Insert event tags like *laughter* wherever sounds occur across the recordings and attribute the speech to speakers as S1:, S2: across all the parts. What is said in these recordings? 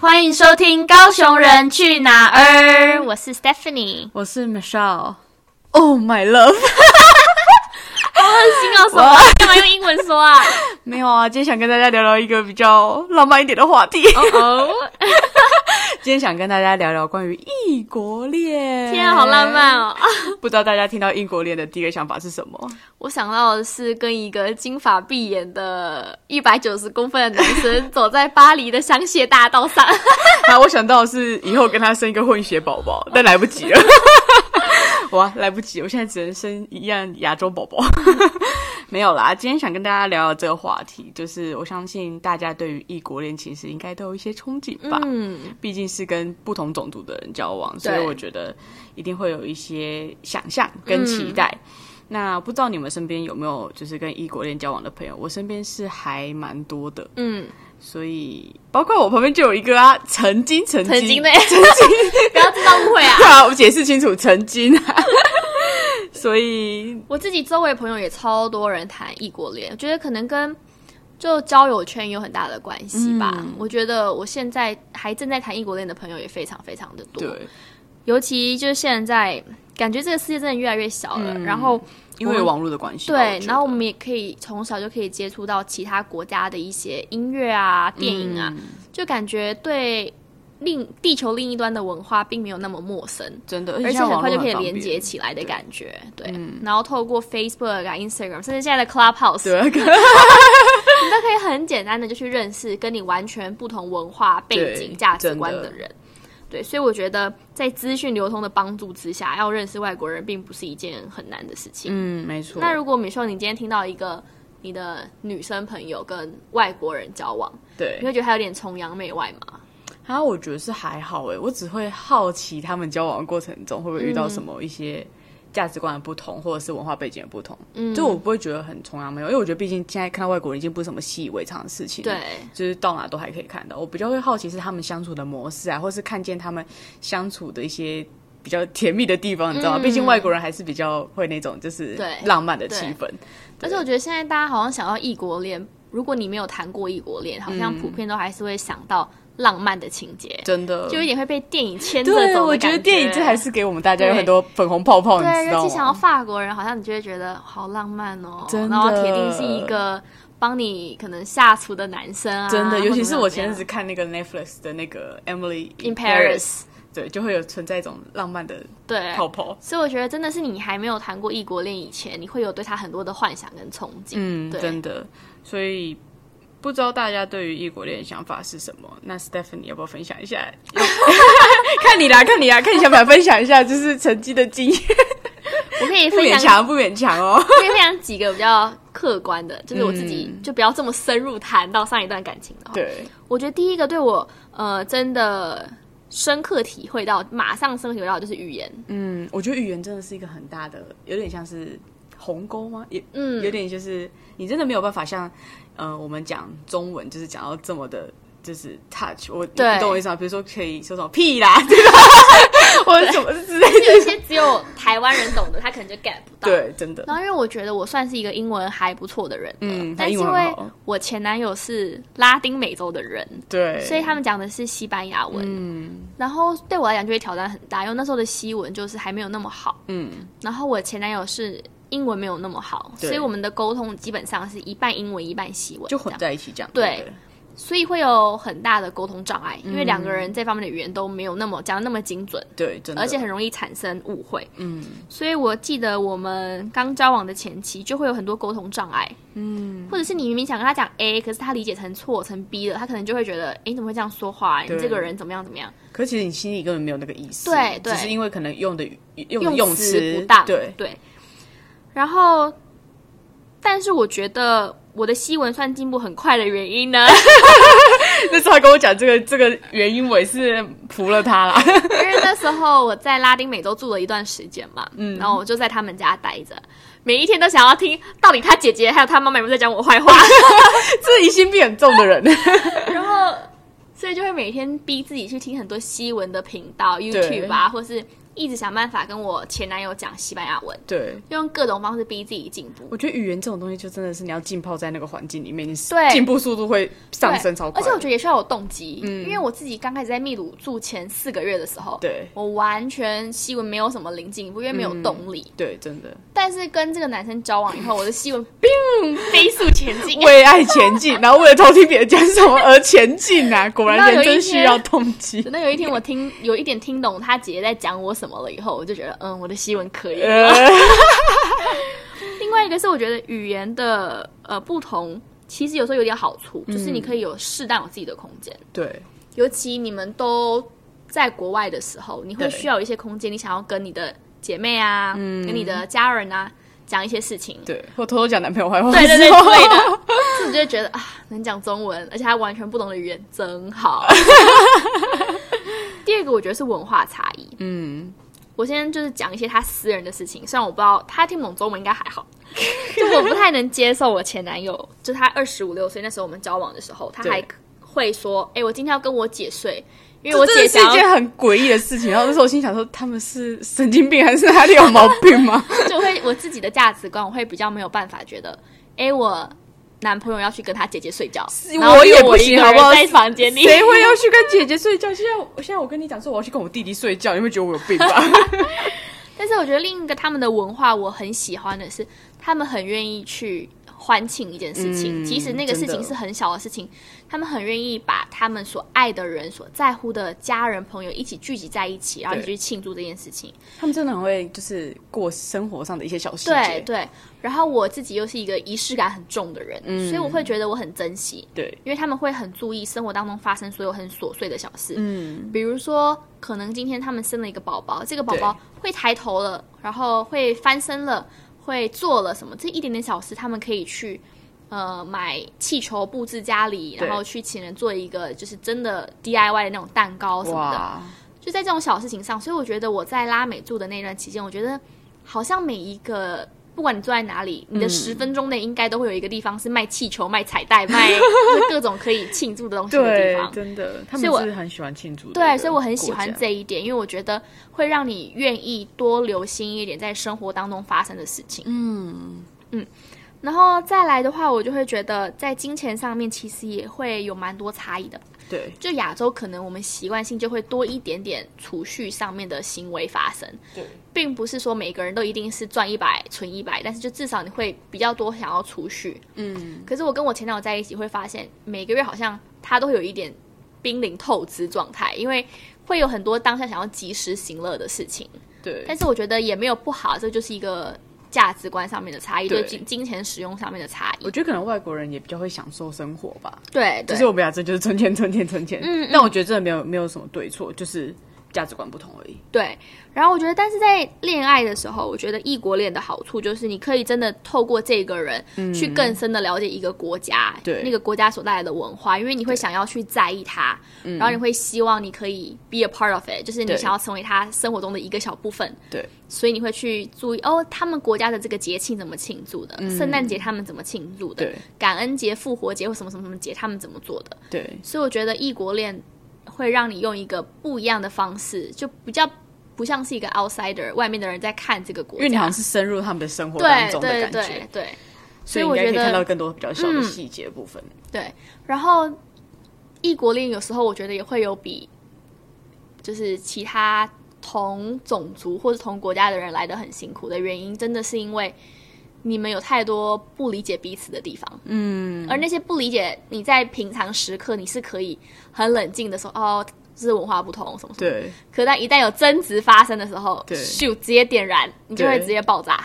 S1: 欢迎收听《高雄人去哪儿》，我是 Stephanie。
S2: 我是 Michelle。Oh my love，
S1: 新告诉我，干嘛用英文说啊？
S2: *laughs* 没有啊，今天想跟大家聊聊一个比较浪漫一点的话题。
S1: 哦 *laughs* 哦，
S2: *laughs* 今天想跟大家聊聊关于异国恋。
S1: 天啊，好浪漫！哦！
S2: 不知道大家听到异国恋的第一个想法是什么？ *laughs*
S1: 我想到的是跟一个金发碧眼的一百九十公分的男生走在巴黎的香榭大道上，
S2: 啊，我想到的是以后跟他生一个混血宝 *laughs* 宝，但来不及了。哇，来不及！我现在只能生一样亚洲宝宝。 *laughs* 没有啦，今天想跟大家聊聊这个话题，就是我相信大家对于异国恋其实应该都有一些憧憬吧。
S1: 嗯，
S2: 毕竟是跟不同种族的人交往，所以
S1: 对
S2: 我觉得一定会有一些想象跟期待。
S1: 嗯
S2: 那不知道你们身边有没有就是跟异国恋交往的朋友？我身边是还蛮多的，
S1: 嗯，
S2: 所以包括我旁边就有一个啊，曾经曾经
S1: 曾经的， *laughs* 不要制造误会啊！
S2: 对啊，我解释清楚，
S1: *laughs*
S2: 曾经啊。所以
S1: 我自己周围朋友也超多人谈异国恋，我觉得可能跟就交友圈有很大的关系吧。
S2: 嗯
S1: 我觉得我现在还正在谈异国恋的朋友也非常非常的多，
S2: 对，
S1: 尤其就是现在感觉这个世界真的越来越小了，
S2: 嗯
S1: 然后
S2: 因为有网络的关系吧，
S1: 对
S2: 我，觉
S1: 然后我
S2: 得
S1: 们也可以从小就可以接触到其他国家的一些音乐啊、电影啊，
S2: 嗯
S1: 就感觉对另地球另一端的文化并没有那么陌生。
S2: 真的，
S1: 而且
S2: 现在
S1: 很
S2: 网
S1: 快
S2: 络
S1: 就可以
S2: 方
S1: 连
S2: 便嗯
S1: 接起来的感觉，对。然后透过 Facebook 啊、Instagram，甚至现在的 Clubhouse，
S2: 对，啊跟
S1: 你都可以很简单的就去认识跟你完全不同文化背景、
S2: 对
S1: 价值观
S2: 真的
S1: 的人。对，所以我觉得在资讯流通的帮助之下，要认识外国人并不是一件很难的事情。
S2: 嗯，没错。
S1: 那如果米秀，你今天听到一个你的女生朋友跟外国人交往，
S2: 对
S1: 你，会觉得她有点崇洋媚外吗？
S2: 啊，我觉得是还好欸诶，我只会好奇他们交往的过程中会不会遇
S1: 嗯
S2: 到什么一些价值观的不同，或者是文化背景的不同。嗯，就我不会觉得很崇洋媚外，因为我觉得毕竟现在看到外国人已经不是什么习以为常的事情。
S1: 对，
S2: 就是到哪都还可以看到。我比较会好奇是他们相处的模式啊，或是看见他们相处的一些。比较甜蜜的地方，你知道吗？毕竟外国人还是比较会那种就是
S1: 嗯对
S2: 浪漫的气氛，
S1: 而且我觉得现在大家好像想到异国恋，如果你没有谈过异国恋，好像普
S2: 嗯
S1: 遍都还是会想到浪漫的情节，
S2: 真的。
S1: 就有点会被电影牵着
S2: 对，
S1: 走
S2: 我
S1: 的
S2: 觉得
S1: 感
S2: 电影这还是给我们大家有
S1: 对
S2: 很多粉红泡泡，你
S1: 对，
S2: 知道
S1: 尤
S2: 吗？
S1: 其想到法国人，好像你就会觉得好浪漫哦，
S2: 真的
S1: 然后铁定是一个帮你可能下厨的男生啊，
S2: 真的，尤其是我
S1: 或者怎
S2: 前
S1: 么
S2: 阵
S1: 样
S2: 子看那个 Netflix 的那个 Emily
S1: in Paris，
S2: 对，就会有存在一种浪漫的
S1: 对。
S2: 泡泡。
S1: 所以我觉得真的是你还没有谈过异国恋以前，你会有对他很多的幻想跟憧憬。
S2: 嗯，
S1: 对
S2: 真的。所以不知道大家对于异国恋的想法是什么？那 Stephanie 要不要分享一
S1: *laughs*
S2: 下？看你啦，看你啦，看你想不想分享一下，就是成绩的经验，
S1: 我可以
S2: 不
S1: 分
S2: 勉
S1: 享，
S2: 强，不勉强哦。
S1: 可以分享几个比较客观的，就是我自己就不要这么深入谈到上一段感情的话。
S2: 嗯对，
S1: 我觉得第一个对我呃真的深刻体会到，马上深刻体会到就是语言，
S2: 嗯，我觉得语言真的是一个很大的，有点像是鸿沟吗？也
S1: 嗯
S2: 有点就是你真的没有办法像，呃，我们讲中文就是讲到这么的，就是 touch 我，你
S1: 对
S2: 你懂我意思吗？比如说可以说什么屁啦， *laughs* 对吧？或者什么之类
S1: 就是有一
S2: 的，
S1: 些只有台湾人懂得，他可能就 get 不到。。
S2: 对，真的
S1: 然，后，因为我觉得我算是一个英文还不错的人了，
S2: 嗯他
S1: 但是
S2: 英
S1: 因
S2: 文很
S1: 为
S2: 好
S1: 我前男友是拉丁美洲的人，
S2: 对，
S1: 所以他们讲的是西班牙文，
S2: 嗯
S1: 然后对我来讲就会挑战很大，因为那时候的西文就是还没有那么好，
S2: 嗯，
S1: 然后我前男友是英文没有那么好，
S2: 对
S1: 所以我们的沟通基本上是一半英文一半西文，
S2: 就混
S1: 这样
S2: 在一起讲，
S1: 对
S2: 对不对，
S1: 所以会有很大的沟通障碍，因
S2: 嗯
S1: 为两个人这方面的语言都没有那么讲得那么精准，
S2: 对，真的，
S1: 而且很容易产生误会。
S2: 嗯，
S1: 所以我记得我们刚交往的前期就会有很多沟通障碍，嗯，或者是你明明想跟他讲 A，可是他理解成错成 B 了，他可能就会觉得，哎，你怎么会这样说话、你
S2: 对
S1: 这个人怎么样怎么样？
S2: 可其实你心里根本没有那个意思，
S1: 对对
S2: 只是因为可能用的语用的
S1: 用
S2: 用
S1: 词
S2: 词
S1: 不当，
S2: 对，
S1: 然后，但是我觉得我的西文算进步很快的原因
S2: *laughs*
S1: 呢，
S2: 那时候他跟我讲这个这个原因，我也是服了他啦。 *laughs*
S1: 因为那时候我在拉丁美洲住了一段时间嘛，嗯，然后我就在他们家待着，每一天都想要听到底他姐姐还有他妈妈有没有在讲我坏
S2: *laughs*
S1: 话，
S2: 这疑心病很重的人， *laughs*
S1: 然后所以就会每天逼自己去听很多西文的频道
S2: 对
S1: ，YouTube 啊，或是一直想办法跟我前男友讲西班牙文，
S2: 对，
S1: 用各种方式逼自己进步。
S2: 我觉得语言这种东西就真的是你要浸泡在那个环境里面，你
S1: 对
S2: 进步速度会上升超快。嗯
S1: 而且我觉得也需要有动机，因为我自己刚开始在秘鲁住前四个月的时候，
S2: 对
S1: 我完全西文没有什么零进步，因为没有动力。
S2: 对，真的
S1: 但是跟这个男生交往以后，我的西
S2: *laughs*
S1: 文 biu 飞速前进。
S2: 为爱
S1: *laughs*
S2: 前进，然后为了偷听别人讲什么而前进啊！果然人真需要动
S1: *laughs*
S2: 机。
S1: 等到有一天我听有一点听懂他姐姐在讲我什么了以后，我就觉得嗯，我的西文可以了。
S2: 呃，
S1: 另外一个是我觉得语言的呃不同，其实有时候有点好处，就是
S2: 嗯
S1: 你可以有适当有自己的空间。
S2: 对，
S1: 尤其你们都在国外的时候，你会
S2: 对嗯
S1: 需要有一些空间，你想要跟你的姐妹啊，跟你的家人啊讲一些事情。
S2: 对，或偷偷讲男朋友坏话。
S1: 对对对，对
S2: *laughs*
S1: 的，自己就会觉得啊，能讲中文，而且还完全不懂的语言，真
S2: *laughs*
S1: 好。第二个，我觉得是文化差异。
S2: 嗯，
S1: 我先就是讲一些他私人的事情，虽然我不知道他听不懂中文应该还好，就我不太能接受我前男友，就他二十五六岁那时候我们交往的时候，他还
S2: 对
S1: 会说：“哎、我今天要跟我姐睡，因为我
S2: 这真
S1: 姐
S2: 的是
S1: 想
S2: 一
S1: 要
S2: 件很诡异的事情。然后那时候我心想说，他们是神经病还是哪里有毛
S1: *laughs*
S2: 病吗？
S1: 就会我自己的价值观，我会比较没有办法觉得，哎、我男朋友要去跟他姐姐睡觉，然后
S2: 我也
S1: 就
S2: 不
S1: 一
S2: 行
S1: 个
S2: 好不
S1: 人
S2: 好
S1: 在房间里，
S2: 谁会要去跟姐姐睡觉？现在我现在我跟你讲说我要去跟我弟弟睡觉，你会觉得我有病吧？
S1: *laughs* 但是我觉得另一个他们的文化我很喜欢的是，他们很愿意去欢庆一件事情，
S2: 嗯
S1: 即使那个事
S2: 真
S1: 情
S2: 的
S1: 是很小的事情，他们很愿意把他们所爱的人、所在乎的家人、朋友一起聚集在一起，然后一起去庆祝这件事情。
S2: 他们真的很会，就是过生活上的一些小细
S1: 对
S2: 节。
S1: 对，然后我自己又是一个仪式感很重的人，
S2: 嗯
S1: 所以我会觉得我很珍惜。
S2: 对
S1: 因为他们会很注意生活当中发生所有很琐碎的小事，
S2: 嗯，
S1: 比如说，可能今天他们生了一个宝宝，这个宝宝
S2: 对
S1: 会抬头了，然后会翻身了，会坐了什么，这一点点小事，他们可以去呃买气球布置家里，
S2: 对
S1: 然后去请人做一个就是真的 DIY 的那种蛋糕什么的，
S2: 哇，
S1: 就在这种小事情上。所以我觉得我在拉美住的那段期间，我觉得好像每一个。不管你坐在哪里，你的十分钟内应该都会有一个地方是卖气球、卖彩 *laughs* 带、卖就是各种可以庆祝的东西的地
S2: 对
S1: 方，。
S2: 真的，他
S1: 所以我
S2: 们是很喜欢庆祝的一个国家。
S1: 对，所以我很喜欢这一点，因为我觉得会让你愿意多留心一点在生活当中发生的事情。嗯嗯，然后再来的话，我就会觉得在金钱上面其实也会有蛮多差异的。
S2: 对
S1: 就亚洲可能我们习惯性就会多一点点储蓄上面的行为发生，
S2: 对
S1: 并不是说每个人都一定是赚一百存一百，但是就至少你会比较多想要储蓄。
S2: 嗯，
S1: 可是我跟我前男友在一起，会发现每个月好像他都会有一点濒临透支状态，因为会有很多当下想要及时行乐的事情。
S2: 对，
S1: 但是我觉得也没有不好，这就是一个价值观上面的差异，就
S2: 对
S1: 是金金钱使用上面的差异
S2: 我。觉得可能外国人也比较会享受生活吧。
S1: 对，
S2: 就
S1: 对
S2: 是我们俩这就是存钱、存钱、存钱。
S1: 嗯嗯
S2: 但我觉得真的没有没有什么对错，就是价值观不同而已。
S1: 对。然后我觉得，但是在恋爱的时候，我觉得异国恋的好处就是你可以真的透过这个人去更深的了解一个国家，
S2: 嗯对
S1: 那个国家所带来的文化，因为你会想要去在意它，然后你会希望你可以 be a part of it，就是你
S2: 嗯对
S1: 想要成为他生活中的一个小部分，
S2: 对
S1: 所以你会去注意哦，他们国家的这个节庆怎么庆祝的，圣诞节他们怎么庆祝的
S2: 嗯对，
S1: 感恩节、复活节或什么什么什么节他们怎么做的，
S2: 对
S1: 所以我觉得异国恋会让你用一个不一样的方式，就比较不像是一个 outsider 外面的人在看这个国
S2: 因为你好
S1: 家
S2: 像。是深入他们的生活当
S1: 对
S2: 中的
S1: 对
S2: 感觉，
S1: 对对
S2: 所以
S1: 所以我
S2: 应该可以
S1: 觉得嗯
S2: 看到更多比较小的细节部分。
S1: 对，然后异国恋有时候我觉得也会有比就是其他同种族或者同国家的人来的很辛苦的原因，真的是因为你们有太多不理解彼此的地方。嗯，而那些不理解，你在平常时刻你是可以很冷静的说哦。这是文化不同，什么什么
S2: 对
S1: 可但一旦有争执发生的时候，
S2: 对
S1: 咻，直接点燃，你就会
S2: 对
S1: 直接爆炸。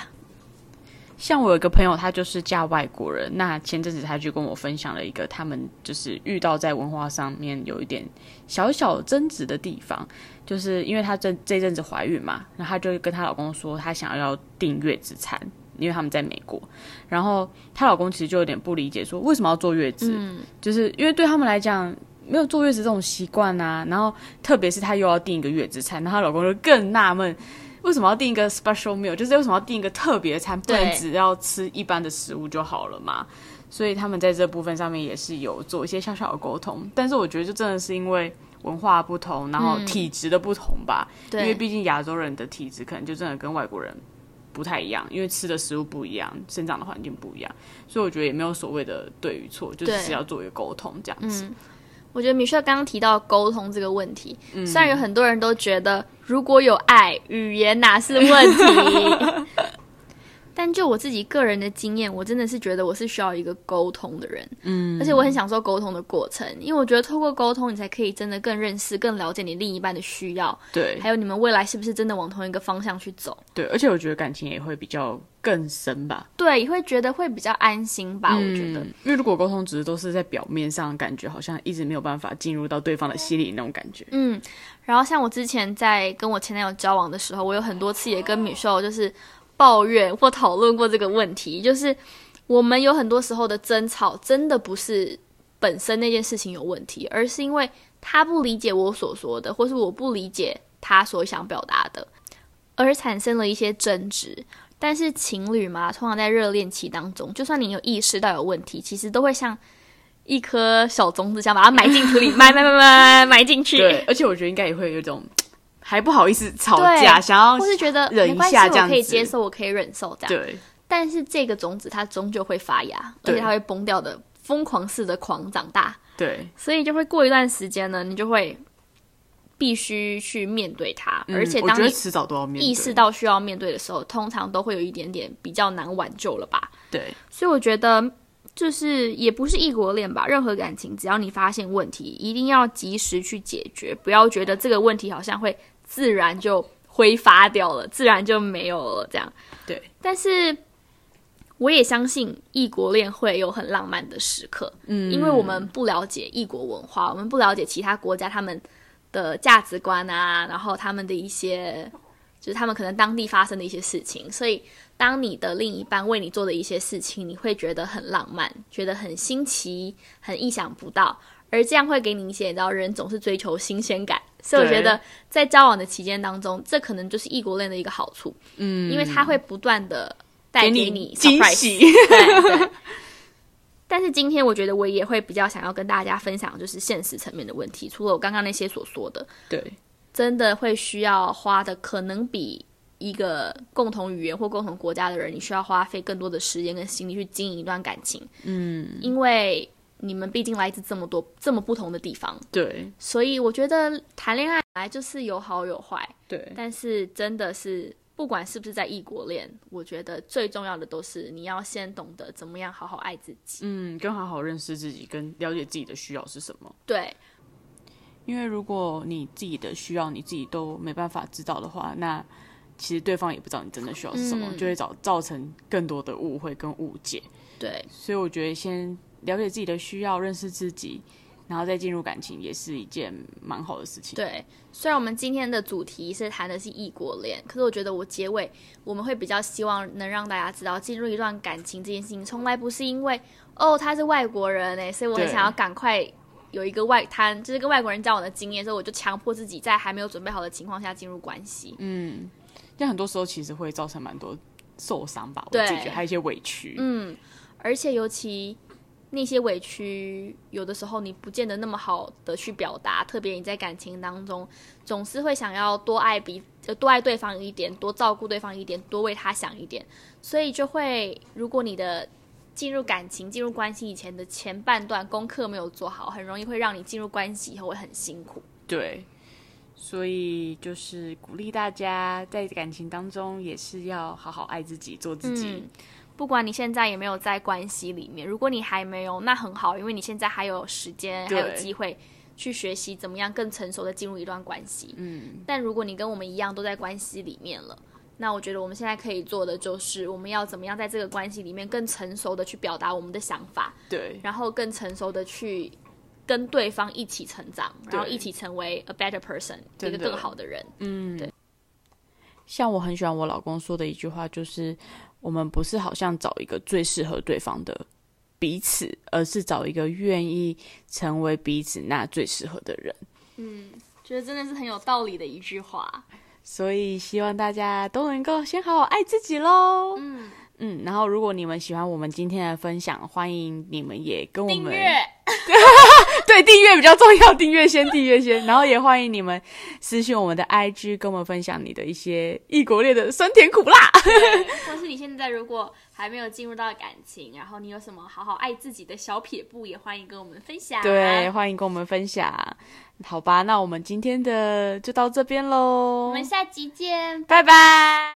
S2: 像我有个朋友，他就是嫁外国人，那前阵子他就跟我分享了一个他们就是遇到在文化上面有一点小小争执的地方，就是因为她这这阵子怀孕嘛，然后她就跟她老公说她想要订月子餐，因为他们在美国，然后她老公其实就有点不理解，说为什么要坐月子，就是因为对他们来讲。没有坐月子这种习惯啊，然后特别是她又要订一个月子餐，然后她老公就更纳闷，为什么要订一个 special meal？就是为什么要订一个特别餐，不能
S1: 对
S2: 只要吃一般的食物就好了嘛？所以他们在这部分上面也是有做一些小小的沟通，但是我觉得就真的是因为文化不同，然后体质的不同吧。
S1: 对
S2: 因为毕竟亚洲人的体质可能就真的跟外国人不太一样，因为吃的食物不一样，生长的环境不一样，所以我觉得也没有所谓的对与错，就只
S1: 对嗯
S2: 是要做一个沟通这样子。
S1: 我觉得米雪刚刚提到沟通这个问题，
S2: 嗯
S1: 虽然有很多人都觉得如果有爱，语言哪是问题， *laughs* 但就我自己个人的经验，我真的是觉得我是需要一个沟通的人，嗯，而且我很享受沟通的过程，因为我觉得透过沟通，你才可以真的更认识、更了解你另一半的需要，
S2: 对
S1: 还有你们未来是不是真的往同一个方向去走。
S2: 对，而且我觉得感情也会比较更深吧。
S1: 对，也会觉得会比较安心吧，我觉得。
S2: 嗯，因为如果沟通只是都是在表面上，感觉好像一直没有办法进入到对方的心里那种感觉。
S1: 嗯，然后像我之前在跟我前男友交往的时候，我有很多次也跟米秀就是抱怨或讨论过这个问题，就是我们有很多时候的争吵，真的不是本身那件事情有问题，而是因为他不理解我所说的，或是我不理解他所想表达的，而产生了一些争执。但是情侣嘛，通常在热恋期当中，就算你有意识到有问题，其实都会像一颗小种子，想把它埋进土里， *laughs* 埋埋埋埋埋埋进去。
S2: 对，而且我觉得应该也会有一种还不好意思吵
S1: 对
S2: 架，想要
S1: 或是觉得
S2: 哦忍
S1: 没
S2: 一
S1: 关系，
S2: 下这
S1: 我
S2: 样
S1: 可以
S2: 子
S1: 接受，我可以忍受这样。
S2: 对
S1: 但是这个种子它终究会发芽，而
S2: 对
S1: 且它会崩掉的，疯狂式的狂长大，
S2: 对
S1: 所以就会过一段时间呢，你就会必须去面对它，而且
S2: 嗯我
S1: 当
S2: 觉得
S1: 你
S2: 迟早都要面对
S1: 意识到需要面对的时候，通常都会有一点点比较难挽救了吧。
S2: 对
S1: 所以我觉得。就是也不是异国恋吧，任何感情，只要你发现问题，一定要及时去解决，不要觉得这个问题好像会自然就挥发掉了，自然就没有了这样。
S2: 对，
S1: 但是我也相信异国恋会有很浪漫的时刻，
S2: 嗯
S1: 因为我们不了解异国文化，我们不了解其他国家他们的价值观啊，然后他们的一些就是他们可能当地发生的一些事情，所以当你的另一半为你做的一些事情，你会觉得很浪漫，觉得很新奇，很意想不到。而这样会给你一些，你知道，人总是追求新鲜感，所以我
S2: 对
S1: 觉得在交往的期间当中，这可能就是异国恋的一个好处。
S2: 嗯，
S1: 因为它会不断的带
S2: 给
S1: 给
S2: 你惊
S1: surprise
S2: 喜。
S1: 对对但是今天我觉得我也会比较想要跟大家分享，就是现实层面的问题。除了我刚刚那些所说的，
S2: *laughs* 对
S1: 真的会需要花的，可能比一个共同语言或共同国家的人，你需要花费更多的时间跟心力去经营一段感情。嗯，因为你们毕竟来自这么多这么不同的地方，
S2: 对
S1: 所以我觉得谈恋爱本来就是有好有坏。
S2: 对
S1: 但是真的是，不管是不是在异国恋，我觉得最重要的都是你要先懂得怎么样好好爱自己。
S2: 嗯，更好好认识自己，跟了解自己的需要是什么。
S1: 对，
S2: 因为如果你自己的需要你自己都没办法知道的话，那其实对方也不知道你真的需要是什么，
S1: 嗯
S2: 就会造造成更多的误会跟误解。
S1: 对，
S2: 所以我觉得先了解自己的需要，认识自己，然后再进入感情，也是一件蛮好的事情。
S1: 对。虽然我们今天的主题是谈的是异国恋，可是我觉得我结尾我们会比较希望能让大家知道，进入一段感情这件事情，从来不是因为哦他是外国人哎、所以我很
S2: 对
S1: 想要赶快。有一个外滩，就是跟外国人交往的经验，所以我就强迫自己在还没有准备好的情况下进入关系。
S2: 但很多时候其实会造成蛮多受伤吧，我
S1: 对
S2: 自己觉得还有一些委屈。
S1: 嗯，而且尤其那些委屈，有的时候你不见得那么好的去表达，特别你在感情当中，总是会想要多爱比呃多爱对方一点，多照顾对方一点，多为他想一点，所以就会如果你的进入感情、进入关系以前的前半段功课没有做好，很容易会让你进入关系以后会很辛苦。
S2: 对，所以就是鼓励大家在感情当中也是要好好爱自己，做自己。
S1: 嗯不管你现在有没有在关系里面，如果你还没有，那很好，因为你现在还有时间，还
S2: 对
S1: 有机会去学习怎么样更成熟的进入一段关系。嗯，但如果你跟我们一样都在关系里面了，那我觉得我们现在可以做的就是，我们要怎么样在这个关系里面更成熟的去表达我们的想法，
S2: 对
S1: 然后更成熟的去跟对方一起成长，然后
S2: 对
S1: 一起成为 a better person，一
S2: 真
S1: 个
S2: 的嗯
S1: 更好的人。
S2: 像我很喜欢我老公说的一句话，就是我们不是好像找一个最适合对方的彼此，而是找一个愿意成为彼此那最适合的人。
S1: 觉得真的是很有道理的一句话。
S2: 所以希望大家都能够先好好爱自己喽。
S1: 嗯
S2: 嗯，然后如果你们喜欢我们今天的分享，欢迎你们也跟我
S1: 订
S2: 们
S1: 阅。
S2: *laughs* 对，订阅比较重要，订阅先，订阅先。然后也欢迎你们私信我们的 IG，跟我们分享你的一些异国恋的酸甜苦 *laughs* 辣。
S1: *laughs* 或是你现在如果还没有进入到感情，然后你有什么好好爱自己的小撇步，也欢迎跟我们分享。
S2: 对，，欢迎跟我们分享。好吧，那我们今天的就到这边喽
S1: 我，们下集见，
S2: 拜拜。